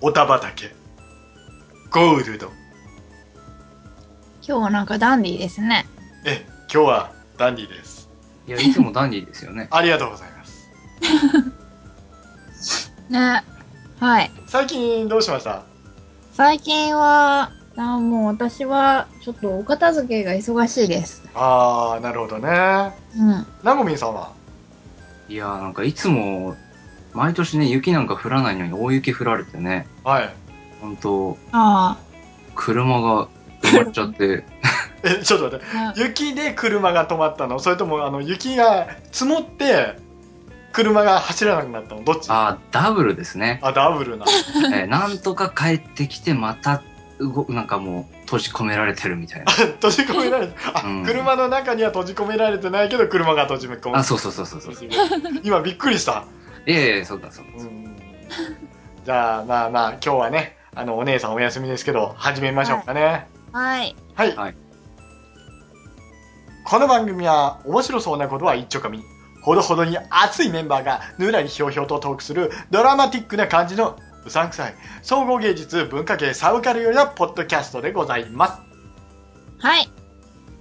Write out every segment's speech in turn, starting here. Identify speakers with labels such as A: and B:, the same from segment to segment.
A: おたばたけゴールド
B: 今日はなんかダンディーですね。
A: え今日はダンディです。
C: いや、いつもダンディーですよね
A: ありがとうございます
B: ね。はい。
A: 最近どうしました
B: 最近は、あもう私は、ちょっとお片付けが忙しいです。
A: ああなるほどね
B: うん。
A: ナゴミンさんはい
C: や、なんかいつも、毎年ね、雪なんか降らないのに大雪降られてね、
A: はい
C: 本当
B: あ
C: 車が埋まっちゃ って、
A: えちょっと待って
B: あ。
A: 雪で車が止まったのそれともあの雪が積もって車が走らなくなったのどっちあ
C: あーダブルですね。
A: ダブルな
C: えーなんとか帰ってきて、また、動なんかもう、閉じ込められてる みたいな。
A: 閉じ込められてあ、
C: うん
A: 車の中には閉じ込められてないけど車が閉じ込め
C: あ、そうそうそうそうそう。
A: 今びっくりした、
C: いやいや、そうだそうだ。
A: うん、じゃあまあまあ今日はねあのお姉さんお休みですけど始めましょうかね、
B: はい。
A: はい、
C: はい
A: この番組は面白そうなことは一丁かみほどほどに熱いメンバーがぬらりひょうひょうとトークするドラマティックな感じのうさんくさい総合芸術文化系サブカルよりのポッドキャストでございま
B: はい。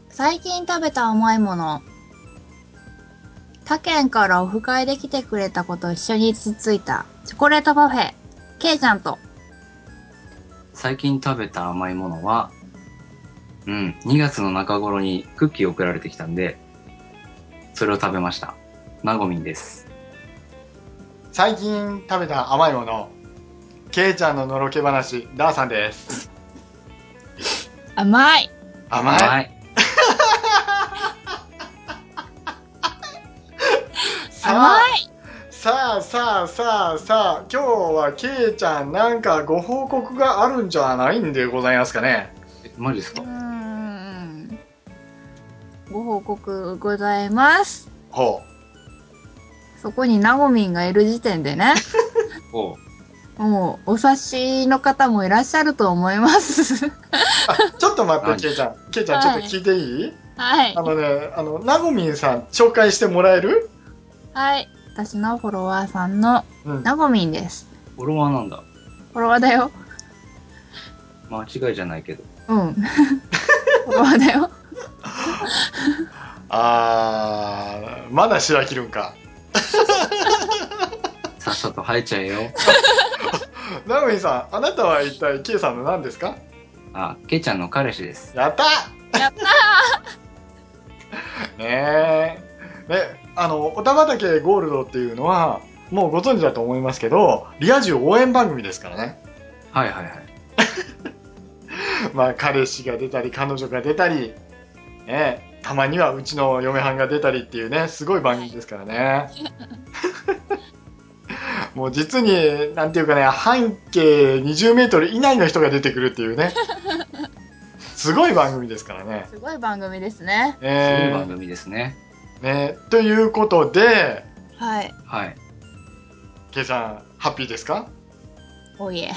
B: 最近食べた甘いもの。他県からオフ会で来てくれた子と一緒につついたチョコレートパフェ。ケイちゃんと。
C: 最近食べた甘いものは、うん、2月の中頃にクッキー送られてきたんで、それを食べました。なごみんです。
A: す最近食べた甘いものけいちゃんののろけ話ダーさんです
B: 甘い。
A: 甘い
C: はい。
A: さ
B: 甘
A: あ
B: い。
A: さあさあさあさあ今日はけいちゃんなんかご報告があるんじゃないんでございますかね
C: えマジです
B: うー
C: か
B: ん。ご報告ございます。
A: ほ
B: そこにナゴミンがいる時点でね、
C: おう
B: もうお察しの方もいらっしゃると思います。
A: うちょっと待っ
C: はい
A: てけいちゃんけいちゃんちょっと聞いていい、
B: はい
A: あ。のねあのなごみんさん紹介してもらえる
B: はい。私のフォロワーさんの
A: うん
B: ナゴミンです。
C: フォロワーなんだ。
B: フォロワーだよ。
C: 間違いじゃないけど。
B: うん。フォロワーだよ。
A: あーまだ白切るんか
C: さっさと生えちゃえよ。
A: なごみんさんあなたは一体けいさんの何ですか
C: あ、けいちゃんの彼氏です。
A: やった
B: やった
A: ー ねえねあのおたまたけゴールドっていうのはもうご存知だと思いますけどリア充応援番組ですからね
C: はいはいはい。
A: まあ、彼氏が出たり彼女が出たり、ね、たまにはうちの嫁はんが出たりっていうねすごい番組ですからね もう実になんていうかね半径2 0メートル以内の人が出てくるっていう ねすごい番組ですからね。
B: すごい番組ですね。
C: そうい
A: え
C: う
A: ー
C: 番組ですね。
A: ねということで
B: はい。
C: はい。
A: ケイさんハッピーですか
B: おいえ。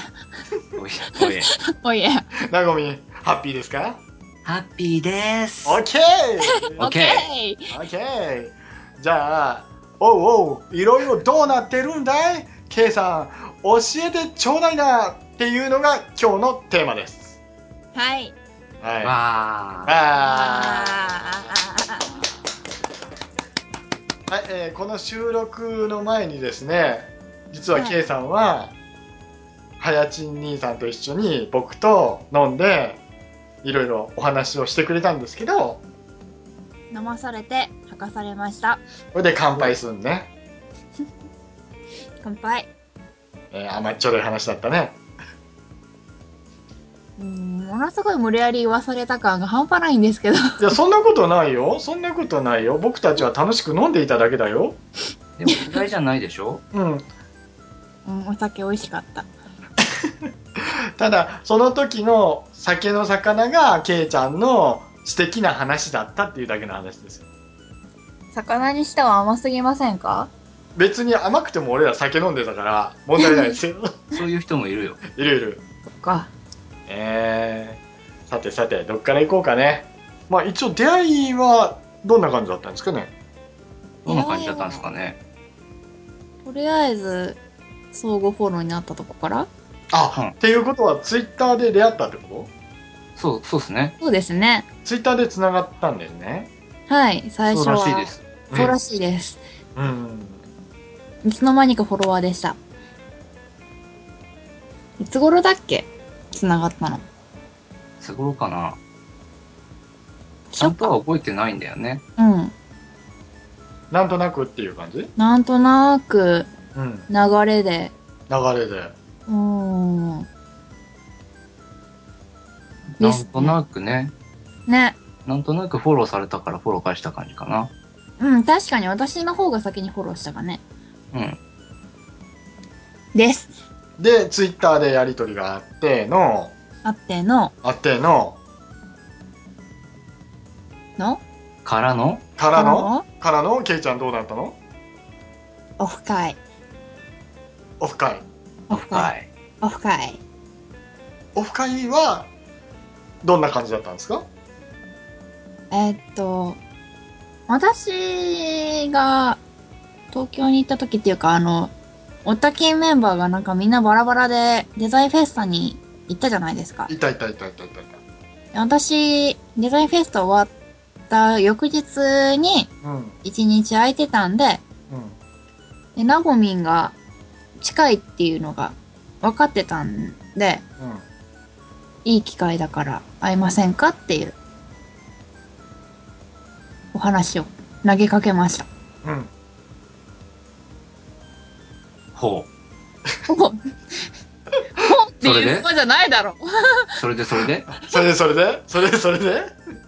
C: おい、おい。
B: おいえ。
A: なごみんハッピーですか
C: ハッピーです。
A: オッケー
C: オッケ
B: ー。
A: OK! じゃあ、おうおう、いろいろどうなってるんだい ?K さん、教えてちょうだいなっていうのが今日のテーマです。
B: はい。
A: はい。あ
C: わー。
A: あ
B: あ
A: ーはいえーこの収録の前にですね、実は
B: はい
A: K さんは、はやちん兄さんと一緒に僕と飲んで、いろいろお話をしてくれたんですけど、
B: ー。飲まされて、吐かされました。
A: これで乾杯すんね。
B: 乾杯。
A: えー甘っちょろい話だったね。
B: うん、ものすごい無理やり言わされた感が半端ないんですけ
A: い
B: ど。
A: や、そんなことないよ。そんなことないよ。僕たちは楽しく飲んでいただけだよ。
C: でも意外じゃないでしょ
A: うん。
B: うん、お酒美味しかった。
A: ただ、その時の酒の魚が、ケイちゃんの素敵な話だったっていうだけの話ですよ。
B: 魚にしては甘すぎませんか
A: 別に甘くても俺ら酒飲んでたから、問題ないですよ。
C: そういう人もいるよ。
A: いるいる。
B: そっか。
A: えー、さてさて、どっから行こうかね。まあ一応出会いは、どんな感じだったんですかね。
C: どんな感じだったんですかね。
B: とりあえず、相互フォローになったとこから
A: あ、
C: うん
A: っていうことはツイッターで出会ったってこ
C: そう、そうですね。
B: そうですね。
A: とツイッターでつながったんだよね。
B: はい、最
C: そう
B: 初は。
C: らしいです。
B: そうらしいです。
A: うん。
B: いつの間にかフォロワーでした。いつ頃だっけ繋がったの。
C: すごいかな。ちゃ
B: 初
C: んとは覚えてないんだよね。
B: うん。
A: なんとなくっていう感じ
B: なんとなく
A: うん。
B: 流れで。
A: 流れで。
B: うーん。
C: な
B: で
C: ん
B: す
C: となくね、
B: ね。
C: なんとなくフォローされたからフォロー返した感じかな。
B: うん、確かに私の方が先にフォローしたかね。
C: うん。
B: です。
A: で、ツイッターでやりとりがあっての、
B: あっての、
A: あっての、
B: の
C: からの
A: からの、からの、ケイちゃんどうだったの
B: オフ会。
A: オフ会。
B: オフ会。
C: い。
B: オフ会。
A: オフ会は、どんな感じだったんですか
B: えーっと、私が東京に行った時っていうか、あの、オタキンメンバーがなんかみんなバラバラでデザインフェスタに行ったじゃないですか。
A: いたいたいたいたいたい
B: 私、デザインフェスタ終わった翌日に
A: た。うん。うん。
B: 一日空いてたんで、でナゴミンが近いっていうのが分かってたんで、
A: うん。
B: いい機会だから会いませんかっていうお話を投げかけました。
A: うん。
C: ほう。
B: ほぼ。ほぼっていうほぼじゃないだろ。
C: それでそれで
A: それでそれでそれでそれで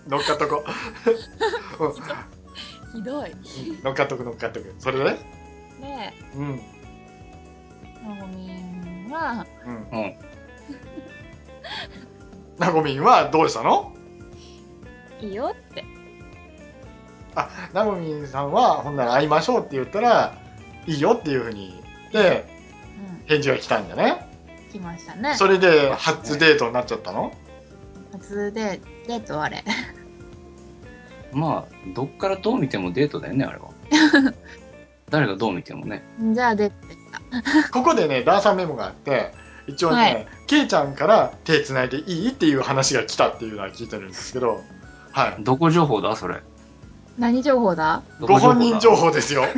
A: 乗っかっとこ。うん
B: ひどい。
A: 乗っかっとく乗っかっとく。それで
B: で、
A: うん。
B: ナゴミンは、
A: うん。
C: うん。
A: なごみんはどうしたの
B: いいよって。
A: あ、なごみんさんは、ほんなら会いましょうって言ったら、いいよっていうふうに言って、
B: うん、
A: 返事が来たんだね。
B: 来ましたね。
A: それで、初デートになっちゃったの
B: 初で、デートあれ。
C: まあ、どっからどう見てもデートだよね、あ れは。誰がどう見てもね。
B: じゃあデートでした。
A: ここでね、ダーサンメモがあって、一応
B: はい
A: ね、ケイ、ちゃんから手つないでいいっていう話が来たっていうのは聞いてるんですけど、はい。
C: どこ情報だそれ。
B: 何情報だ
C: ど
A: ご
C: こ
A: 本人情
C: だ
A: 報ですよ。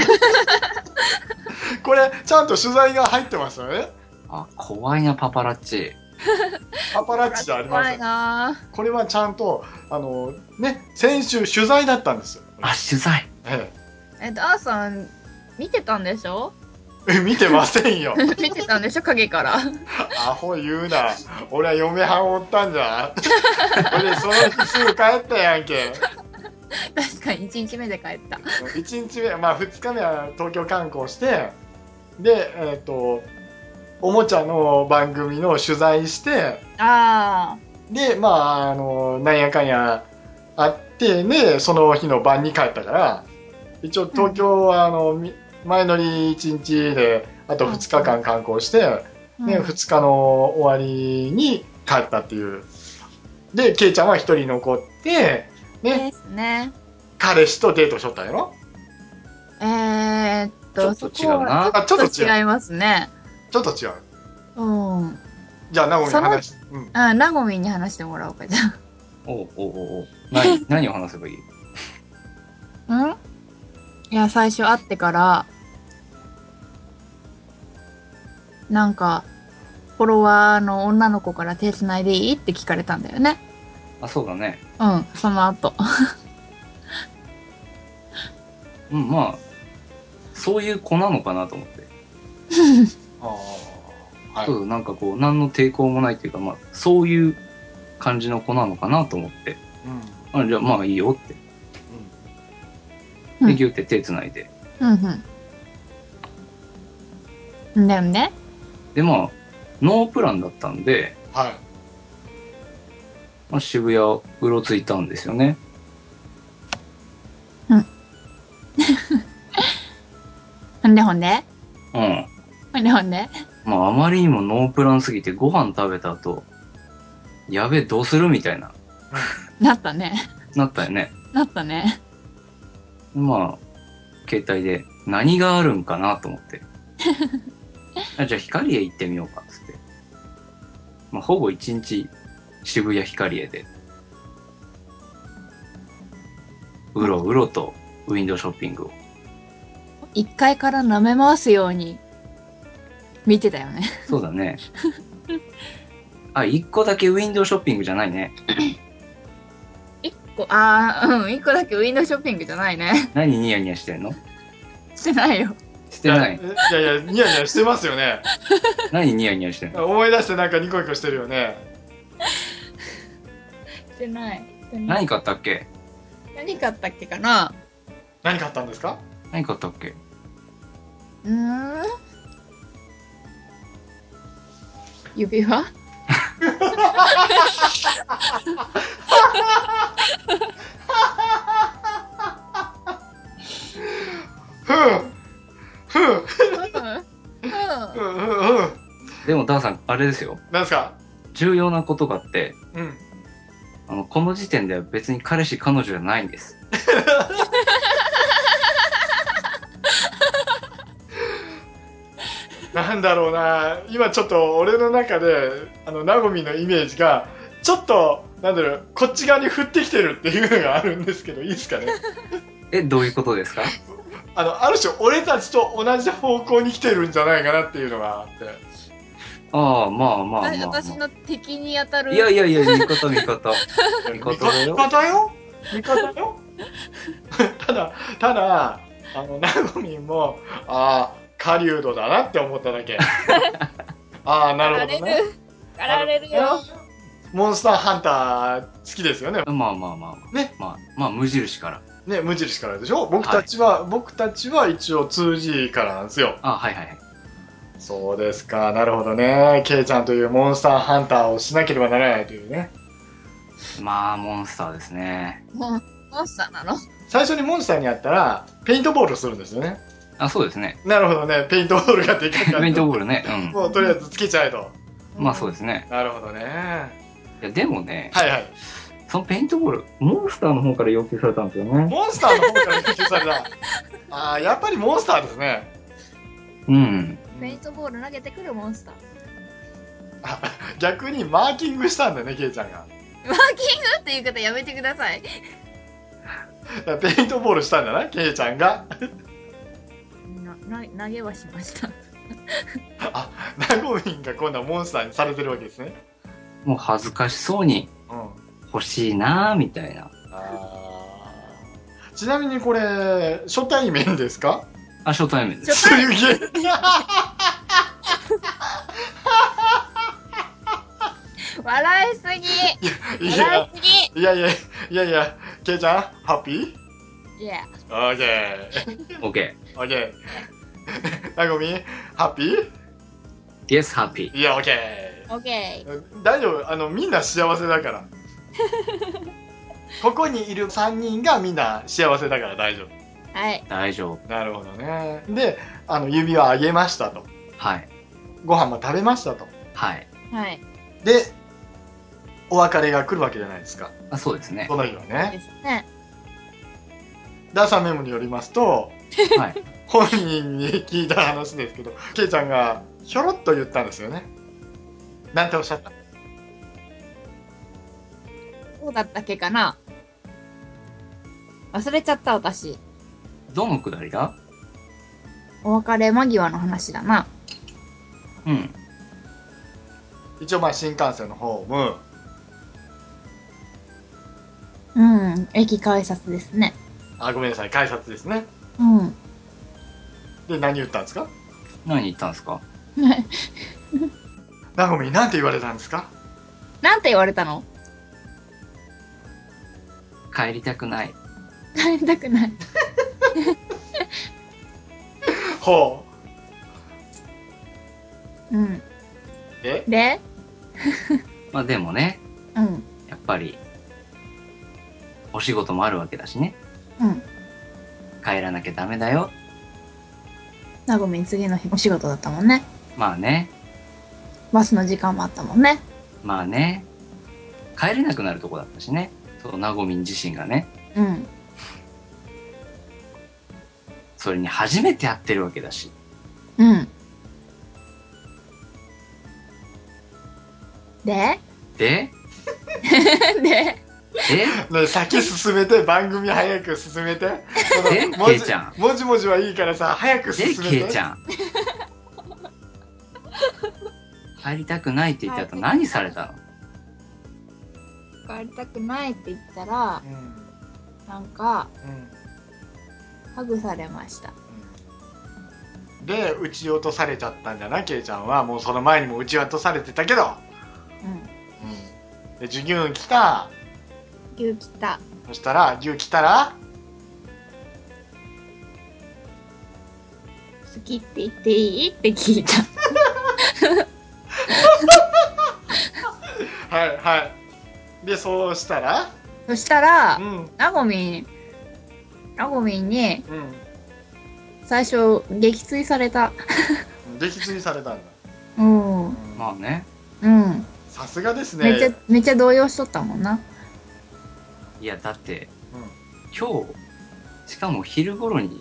A: これ、ちゃんと取材が入ってますよね。
C: あ、怖いな、パパラッチ。
A: パパラッチじゃありま
B: 怖
A: せ
B: い
A: ん。
B: なぁ
A: これはちゃんと、あの、ね、先週取材だったんですよ。
C: あ、取材。
A: え
B: え、ダーさん、見てたんでし ょ
A: え、見てませんよ。
B: 見てたんでしょ影から。
A: アホ言うな。俺は嫁はんおったんじゃ ん。俺、その日すぐ帰ったやんけ。
B: 確かに、1日目で帰った。
A: 1日目、まあ2日目は東京観光して、で、えっ、と、おもちゃの番組の取材して、
B: あ
A: で、まあ、あの、なんやかんやあって、ね、その日の晩に帰ったから、一応東京は、あの、み前乗り1日で、あと2日間観光して、
B: ー。
A: ね、
B: うん
A: 2日の終わりに帰ったっていう。で、ケイちゃんは1人残って、ね、
B: ですね。
A: 彼氏とデートしとったんやろ
B: えーっと、
C: ちょっと
B: そこは
C: 違うな
A: あ、ち
B: ち
A: ょっ
B: ょ
A: と
B: っと
A: 違う。
B: 違いますね。
A: ちょっと違う。
B: うん。
A: じゃあ、なごみの話。うん。
B: あ、ナゴミンに話してもらおうか、じゃ
C: おうおうおうおう何、 何を話せばいい
B: あ。んいや、最初会ってから、なんか、フォロワーの女の子から手繋いでいいって聞かれたんだよね。
C: あ、そうだね。
B: うん、その後。
C: うん、まあ、そういう子なのかなと思って。
A: ああ。は
C: そう、なんかこう、何の抵抗もないっていうか、まあ、そういう感じの子なのかなと思って。
A: うん。
C: あ、じゃあまあいいよって。
B: うん
C: で、ぎゅって手つないで。
B: うん、うん。だよね。
C: で、まあ、ノープランだったんで、
A: はい。
C: まあ、渋谷をうろついたんですよね。
B: ほんでほんで
C: うん。
B: ほんでほんで
C: まあ、あまりにもノープランすぎてご飯食べた後、やべえ、どうするみたいな、
B: なったね。
C: なったよね。
B: なったね。
C: まあ、携帯で何があるんかなと思って。あじゃあ、光へ行ってみようか、つって。まあ、ほぼ一日渋谷ヒカリエで、うろうろとウィンドウショッピングを。
B: 1階から舐め回すように見てたよね。
C: そうだね。あ、一個だけウィンドウショッピングじゃないね。
B: 1個、あー、うん、1個だけウィンドウショッピングじゃないね。
C: 何ニヤニヤしてんの
B: してないよ。
C: してない。
A: いやいや、ニヤニヤしてますよね。
C: 何ニヤニヤしてんの
A: 思い出してなんかニコニコしてるよね。
B: してない。してない
C: 何買ったっけ
B: 何買ったっけかな
A: 何買ったんですか
C: 何買ったっけ
B: うーん。指輪
A: ふぅふぅ
B: う
A: ふ
B: ん。
A: ぅふぅふ
C: でも、ダーさん、あれですよ。
A: ぅなんすか
C: 重要なことがあって、
A: うん。
C: あの、この時点では別に彼氏、彼女じゃないんです。
A: なんだろうな今ちょっと俺の中で、あの、なごみのイメージが、ちょっと、なんだろう、こっち側に降ってきてるっていうのがあるんですけど、いいですかね
C: え、どういうことですか
A: あの、ある種俺たちと同じ方向に来てるんじゃないかなっていうのがあって。
C: ああ、まあまあまあ、
B: あ
C: ま
B: 私の敵に当た
C: あ。
B: る。
C: いやいやいや、味方味方。味
A: 味
C: 方
A: 方
C: だ
A: 味。
C: よ
A: 方よ味方よただ、ただ、あの、なごみんも、ああ、狩人だなって思っただけ。ああ、なるほどね。
B: やられるよ。
A: モンスターハンター好きですよね。
C: まあまあまあまあ。
A: ね。
C: まあ、まあ、無印から。
A: ね、無印からでしょ僕たちは、僕たちは一応 2G からなんですよ。
C: あ、はいはいはい。
A: そうですか、なるほどね。ケイちゃんというモンスターハンターをしなければならないというね。
C: まあ、モンスターですね。
B: もう、モンスターなの
A: 最初にモンスターに会ったら、ペイントボールをするんですよね。
C: あ、そうですね。
A: なるほどね、ペイントボールがでか
C: イ
A: いか
C: ベント
A: ら。
C: ボールね。
A: もうとりあえずつけちゃえと。
C: うん。まあそうですね。
A: なるほどね。
C: いや、でもね、
A: はいはい。
C: そのペイントボール、モンスターの方から要求されたんですよね。
A: モンスターの方から要求された。ああ、やっぱりモンスターですね。
C: うん。
B: フェイントボール投げてくるモンスター。
A: あ逆にマーキングしたんだね、ケイちゃんが。
B: マーキングっていう方やめてください。
A: だからペイントボールしたんだな、ケイちゃんが。
B: な、な、投げはしました。
A: あ、ナゴミンが今度はモンスターにされてるわけですね。
C: もう恥ずかしそうに
A: うん。
C: 欲しいなぁ、みたいな。
A: あーちなみにこれ、初対面ですか
C: あ、初対面です。
A: す
B: 初
A: げえ。
B: 笑いすぎ
A: いや
B: 笑、いす
A: いやいや、いやいや、ケイちゃん、ハッピー
B: ぎいや、
A: オーケー。
C: オッケ
A: オーケー。なごみ、ハッピー
C: ー。イエス、ハッピー。
A: いや、オーケ
B: オッケー。
A: ー。大丈夫、あの、みんな幸せだ から。ここにいる3人がみんな幸せだから大丈夫。
B: はい。
C: 大丈夫。
A: なるほどね。で、あの、指輪あげましたと。
C: はい。
A: ご飯も食べましたと。
C: はい。
B: はい。
A: で、お別れが来るわけじゃないですか。
C: あ、そうですね
A: こ。の日は
B: で
A: ね。
B: すね。
A: ダーサンメモによりますと、
C: はい。
A: 本人に聞いた話ですけど、ケイちゃんがひょろっと言ったんですよね。なんておっしゃった
B: そうだったっけかな忘れちゃった私。
C: どのくだりだ
B: お別れ間際の話だな。
C: うん。
A: 一応まあ新幹線のホーム、
B: うん。駅改札ですね。
A: あ、ごめんなさい、改札ですね。
B: うん。
A: で、何言ったんですか
C: 何言ったんですか
A: なごみ、なんて言われたんですか
B: なんて言われたの
C: 帰りたくない。
B: 帰りたくない。
A: ほう。
B: うん。
A: え
B: で
C: まあでもね、
B: うん。
C: やっぱり、お仕事もあるわけだしね。
B: うん。
C: 帰らなきゃダメだよ。
B: なごみん次の日お仕事だったもんね。
C: まあね。
B: バスの時間もあったもんね。
C: まあね、帰れなくなるとこだったしね。そう、なごみん自身がね、
B: うん。
C: それに初めて会ってるわけだし、
B: うん。で
C: で
B: で
C: え
A: ね先進めて、番組早く進めて。
C: え
A: その文
C: ケイ
A: 字
C: ちゃ
A: 文字文字はいいからさ、早く
C: で
A: 進め
C: ケイち
A: て。
C: ゃん入りたくないって言った後何されたの
B: 帰りたくないって言ったら
A: うんうん
B: なんか
A: うん
B: ハグされました
A: で、撃ち落とされちゃったんじゃないケイちゃんは。もうその前にも撃ち落とされてたけど。
B: うん
A: で、授業来た。
B: 牛来た
A: そしたら、牛来たら、
B: 好きって言っていいって聞いた
A: はいはい。で、そうしたら、
B: そしたら
A: うん、
B: なごみんなごみんに
A: う
B: 最初撃墜された
A: ん。撃墜されたんだ。
B: うんう
C: まあね
B: ん
A: さすがですね。
B: めっちゃめっちゃ動揺しとったもんない
C: やだって
A: うん
C: 今日しかも昼頃に
A: うん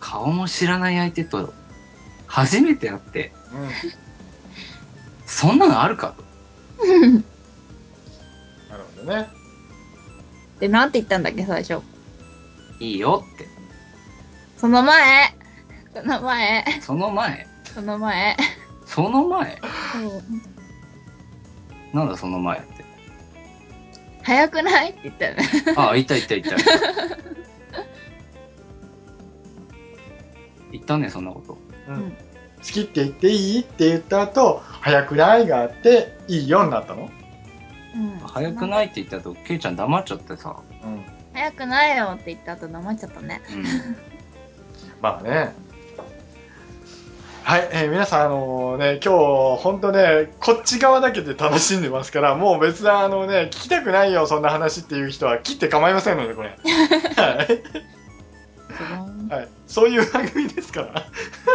C: 顔も知らない相手と初めて会って
A: うん
C: そんなのあるかと
A: なるほどね。
B: でなんて言ったんだっけ最初
C: いいよって
B: その前その前
C: その前
B: その前
C: その前
B: そう
C: なんだその前って
B: 早くないって言ったよね
C: ああ、いたいたいた。言ったね、そんなこと。
A: うん
B: うん
A: 好きって言っていいって言った後、早くないがあって、いいよになったの
B: うん
C: 早くないって言ったと、ケイちゃん黙っちゃってさ。
A: うん。
B: 早くないよって言った後黙っちゃったね
C: うん。
A: まあね。はい、えー皆さん、あのね、今日、本当ね、こっち側だけで楽しんでますから、もう別にあのね、聞きたくないよ、そんな話っていう人は切って構いませんので、こ れ。はい。はい。そういう番組ですか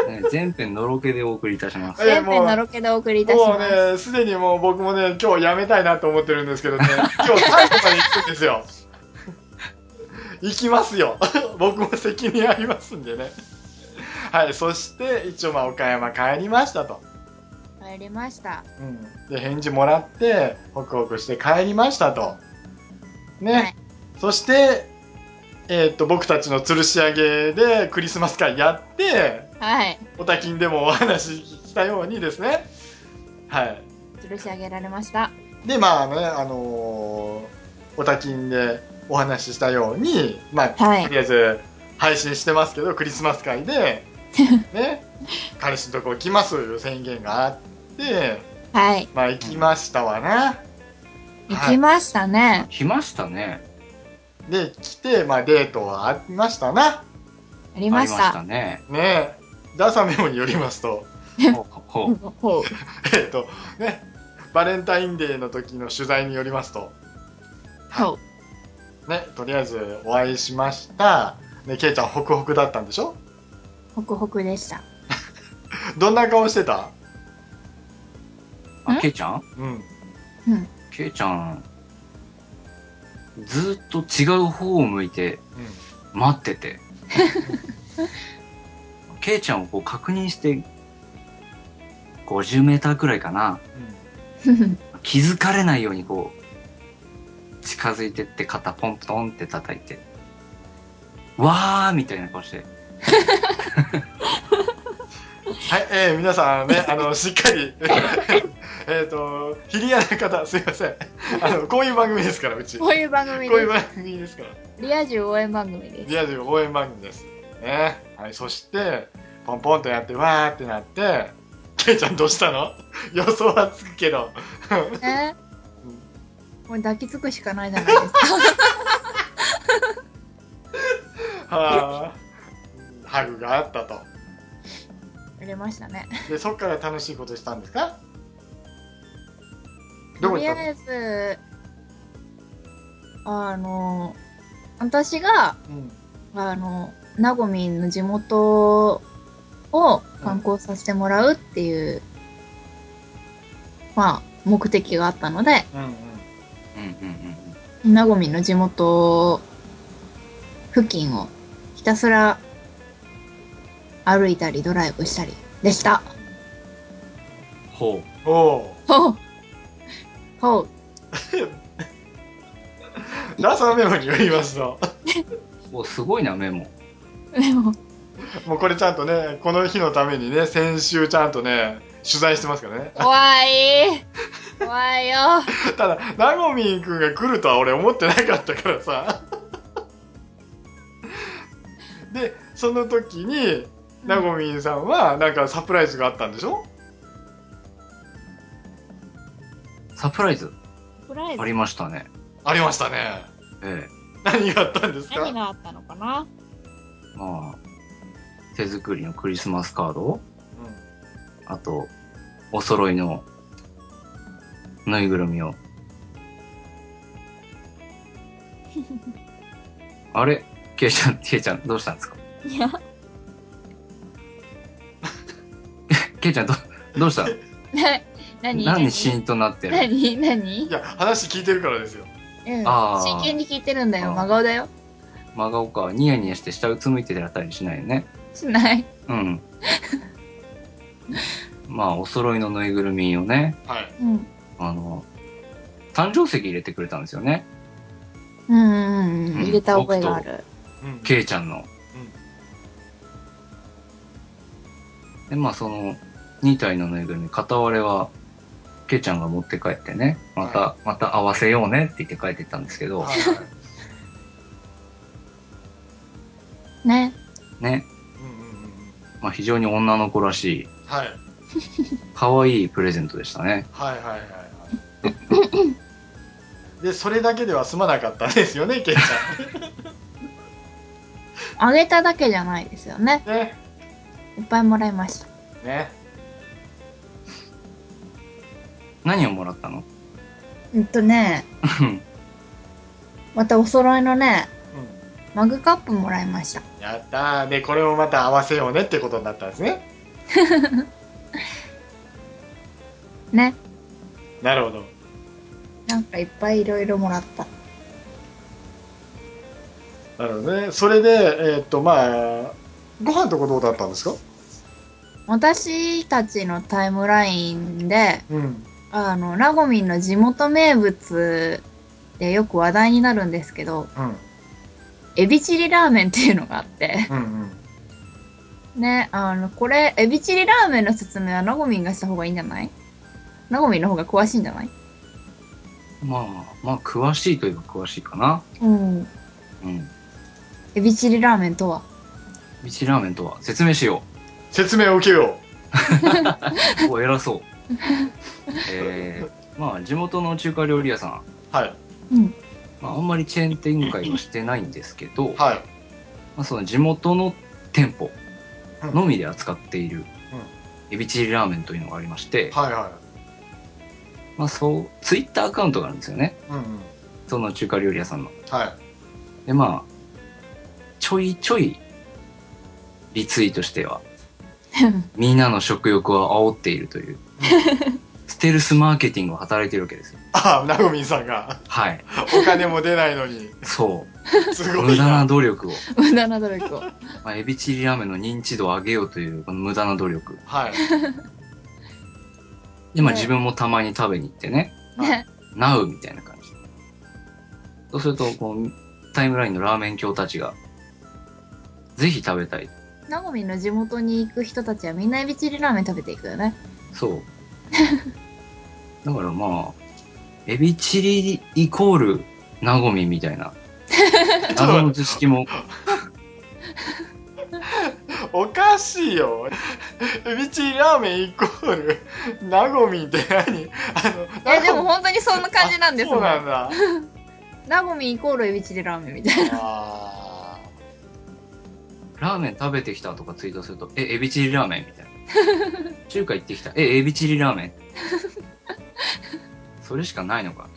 A: ら。
C: ね、全編のろけでお送りいたします。
A: えー
B: 全
A: も
B: 編
A: う
B: のロケでお送りいたし
A: もう
B: ます
A: ね、すでにもう僕もね、今日やめたいなと思ってるんですけどね、今日最後まで行くんですよ。 行きますよ。 僕も責任ありますんでね。はい、そして、一応まあ岡山帰りましたと。
B: 帰りました
A: で、返事もらって、ホクホクして帰りましたと。ね。
B: はい
A: そして、えーっと、僕たちの吊るし上げでクリスマス会やって、
B: はい
A: おたきんでもお話ししたようにですね。はい。
B: 吊るし上げられました
A: でまあねあのー、おたきんでお話ししたようにまあ、
B: はい
A: とりあえず配信してますけどクリスマス会 でね彼氏のとこ来ますという宣言があって
B: はい
A: まあ行きましたわな、
B: 行きましたね
C: 来ましたね。
A: で来てまあデートはありましたな
B: やりまし
C: ありましたたね。
A: ねダーサメモによりますと
C: ほうほ
B: う
C: うん
B: ほう
A: えっとねバレンタインデーの時の取材によりますと
B: ほう
A: ねとりあえずお会いしましたねケイちゃんホクホクだったんでしょ
B: ホクホク でした
A: どんな顔してた
C: あ、
B: ん
C: ケイちゃん
A: うん
B: うん
C: ケイちゃん、ずーっと違う方を向いて、待ってて。 ケイちゃんをこう確認して、50メーターくらいかな。気づかれないようにこう、近づいてって肩ポンポンって叩いて、わーみたいな顔して、
A: はい、えー、皆さんね、あ の、しっかり、えっと、ヒリアな方、すいません。あの、こういう番組ですから、うち。
B: こ
A: こ
B: ういう番
A: う
B: 組
A: いう
B: で
A: 番組ですから。
B: すリア充応援番組です
A: リア充応援番組です。ね。はい、そして、ポンポンとやって、わーってなって、ケイちゃんどうしたの 予想はつくけど。
B: ね
A: うん
B: もう抱きつくしかないじゃないですか
A: はー。ハグがあったと。
B: やりましたね
A: で、そっから楽しいことしたんですかど
B: と
A: こ
B: り
A: 行った
B: あ
A: の
B: えずあの私が
A: うん。
B: あのなごみんの地元を観光させてもらうっていう、まあ目的があったので
A: うんうん。
C: うんうんうん。
B: なごみんの地元付近をひたすら歩いたりドライブしたりでした。
C: ほう。
A: おー。
B: おうほう。
A: ラスのメモによりますと、
C: お、すごいな、メモ。
B: でも、
A: もうこれちゃんとね、この日のためにね、先週ちゃんとね、取材してますからね。
B: 怖い。怖いよ。
A: ただ、ナゴミン君が来るとは俺思ってなかったからさ。 で、その時に、ナゴミンさんは、なんかサプライズがあったんでしょ
C: サプライズ
B: サプライ
C: あ
B: ズ
C: りましたね。
A: ありましたね。
C: え
A: 何があったんですか
B: 何があったのかな
C: え。まあ、手作りのクリスマスカードあと、お揃いのぬいぐるみ を。あれケイちゃん、ケイちゃん、どうしたんですか
B: いや、
C: ケイちゃん、ど、どうしたの
B: な、何
C: 何シーンとなってる
B: 何
A: うん、い
B: 何
A: や、話聞いてるからですよ。
B: うん。
C: あー
B: 真剣に聞いてるんだよ。
C: あー
B: 真顔だよ。
C: 真顔か。ニヤニヤして下うつむいてたりしないよね。
B: しない。
C: うん。 まあ、お揃いのぬいぐるみをね、
A: はい。
B: うん。
C: あの、誕生石入れてくれたんですよね。
B: うんうんうん。
C: うん
B: 入れた覚えがある。
A: うん
C: ケイちゃんの。で、まあ、その、2体のぬいぐるみ、片割れは、ケイちゃんが持って帰ってね、また、
A: は
C: また合わせようねって言って帰ってったんですけど、
A: はい
B: ね。
C: ね、
A: うんうんうん
C: まあ、非常に女の子らしい、
A: はい。
C: 可愛いプレゼントでしたね。
A: はいはいはい はい。で、それだけでは済まなかったんですよね、ケイち
B: あげただけじゃないですよね。
A: ゃん。ね。
B: いっぱいもらいました。
A: ね。
C: 何をもらったの
B: うんとね、
C: うん
B: またお揃いのね、
A: う
B: マグカップもらいました。
A: ん。やったー。で、これもまた合わせようねってことになったんですね。
B: ね。
A: なるほど。
B: なんかいっぱいいろいろもらった。
A: なるほどね。それで、えーっと、まあ、ご飯とかどうだったんですか
B: 私たちのタイムラインで、
A: うん。
B: あの、ラゴミンの地元名物でよく話題になるんですけど、
A: うん。
B: エビチリラーメンっていうのがあって、
A: うんうん。
B: ね、あの、これ、エビチリラーメンの説明はラゴミンがした方がいいんじゃないラゴミンの方が詳しいんじゃない
C: まあ、まあ、詳しいといえば詳しいかな。
B: うん。
C: うん。
B: エビチリラーメンとは
C: ビチラーメンとは説明しよ
A: 説明を受けよ
C: う。 お、偉そう。えー、まあ、地元の中華料理屋さん、
A: う。はい。
B: うん。
C: まあ、あんまりチェーン展開はしてないんですけど、ま
A: はい。
C: あ、その地元の店舗のみで扱っている、エビチリラーメンというのがありまして、
A: はいは
C: まあ、そう、ツイッターアカウントがあるんですよね。
A: い。うんうん。
C: その中華料理屋さんの。
A: は
C: で、まあ、ちょいちょい、リツイートし ては、みんなの食欲を煽っているという、 ステルスマーケティングを働いているわけですよ
A: い。。ああ、なごみんさんが、
C: はい。
A: お金も出ないのに、
C: そ
A: す
C: う。
A: ご
C: 無
A: い
C: 駄な
A: な。
C: 努力を。
B: 無駄な努力を。
C: まあ、エビチリラーメンの認知度を上げようという、この無駄な努力。
A: はい。
C: で、まあ
B: ね
C: 自分もたまに食べに行ってね、
B: ね。
C: なうみたいな感じ。そうすると、こう、タイムラインのラーメン卿たちが、ぜひ食べたい。
B: ナゴミの地元に行く人たちはみんなエビチリラーメン食べていく よね。
C: そう。だからまあ、エビチリイコール、なごみみた いな、謎の図式も、
A: おかしいよ。エビチリラーメンイコール、ナゴミンって何あの、
B: え、でも本当にそんな感じなんです
A: そ
B: も
A: うなん
B: ん。
A: だ。
B: ナゴミイコールエビチリラーメンみたいな。
A: あ
C: ラーメン食べてきたとかツイートすると、え、エビチリラーメンみたい な。中華行ってきた。え、エビチリラーメン。それしかないのか。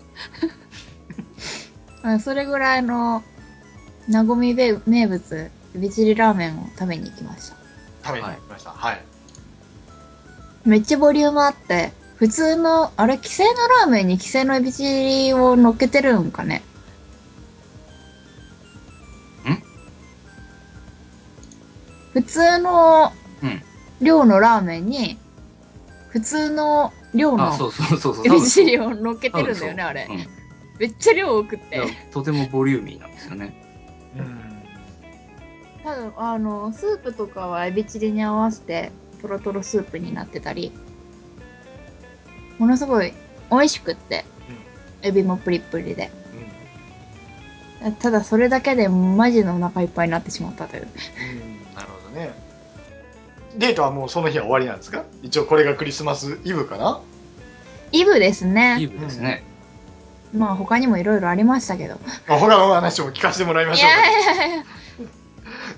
B: うん、それぐらいの、なごみべ名物、エビチリラーメンを食べに行きました。
A: ー食べに行きました。はい。
B: めっちゃボリュームあって、普通の、あれ、既成のラーメンに既成のエビチリを乗っけてるんかね
C: ん
B: 普通の
C: うん
B: 量のラーメンに、普通の量
C: あ、
B: の
C: そうそうそうそう。多分そう
B: 資料乗っけてるんだよね、あれ
C: う。んい
B: めっちゃ量多くって
C: や。とてもボリューミーなんですよね。
A: うん
B: 多分あのスープとかはエビチリに合わせてトロトロスープになってたりものすごい美味しくって、エビもプリプリでただそれだけでマジのお腹いっぱいになってしまったという
A: うんなるほどねデートはもうその日は終わりなんですか一応これがクリスマスイブかな
B: イブです
C: イ
B: ね
C: ブですね。
B: まあ他にもいろいろありましたけど
A: あ他の話も聞かせてもらいま
B: い
A: しょうか
B: やいやいや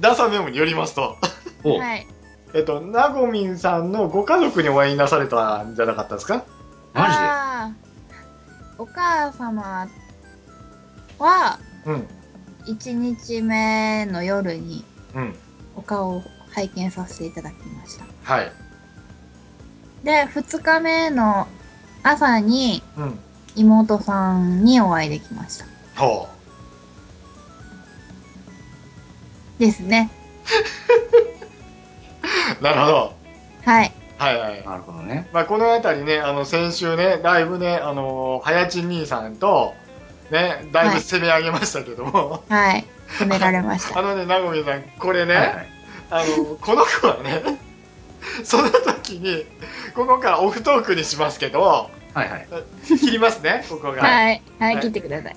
A: ダーサンメモによりますと、
C: お、
B: はい
A: えっと、なごみんさんのご家族にお会いなされたんじゃなかったですか
C: マ
B: あーお母様は
A: うん。
B: 1日目の夜に
A: うん。
B: お顔を拝見させていただきました
A: はい。
B: で、二日目の朝に
A: うん。
B: 妹さんにお会いできました。
A: ほ
B: ですね。
A: う。なるほど。
B: はい。
A: はいは
C: ジで。
A: い。
C: なるほどね。
A: まあ、このあたりね、あの、先週ね、だいぶね、あの、はやちん兄さんと、ね、だいぶ攻め上げましたけども、
B: はい。褒められまし
A: あ
B: た。
A: のね、なごみんさん、これね、
C: はいはい。
A: あの、この子はね、その時に、ここからオフトークにしますけど、
C: はいはい。
A: 切りますね、ここが。
B: はい。は
A: はい
B: い、切ってください。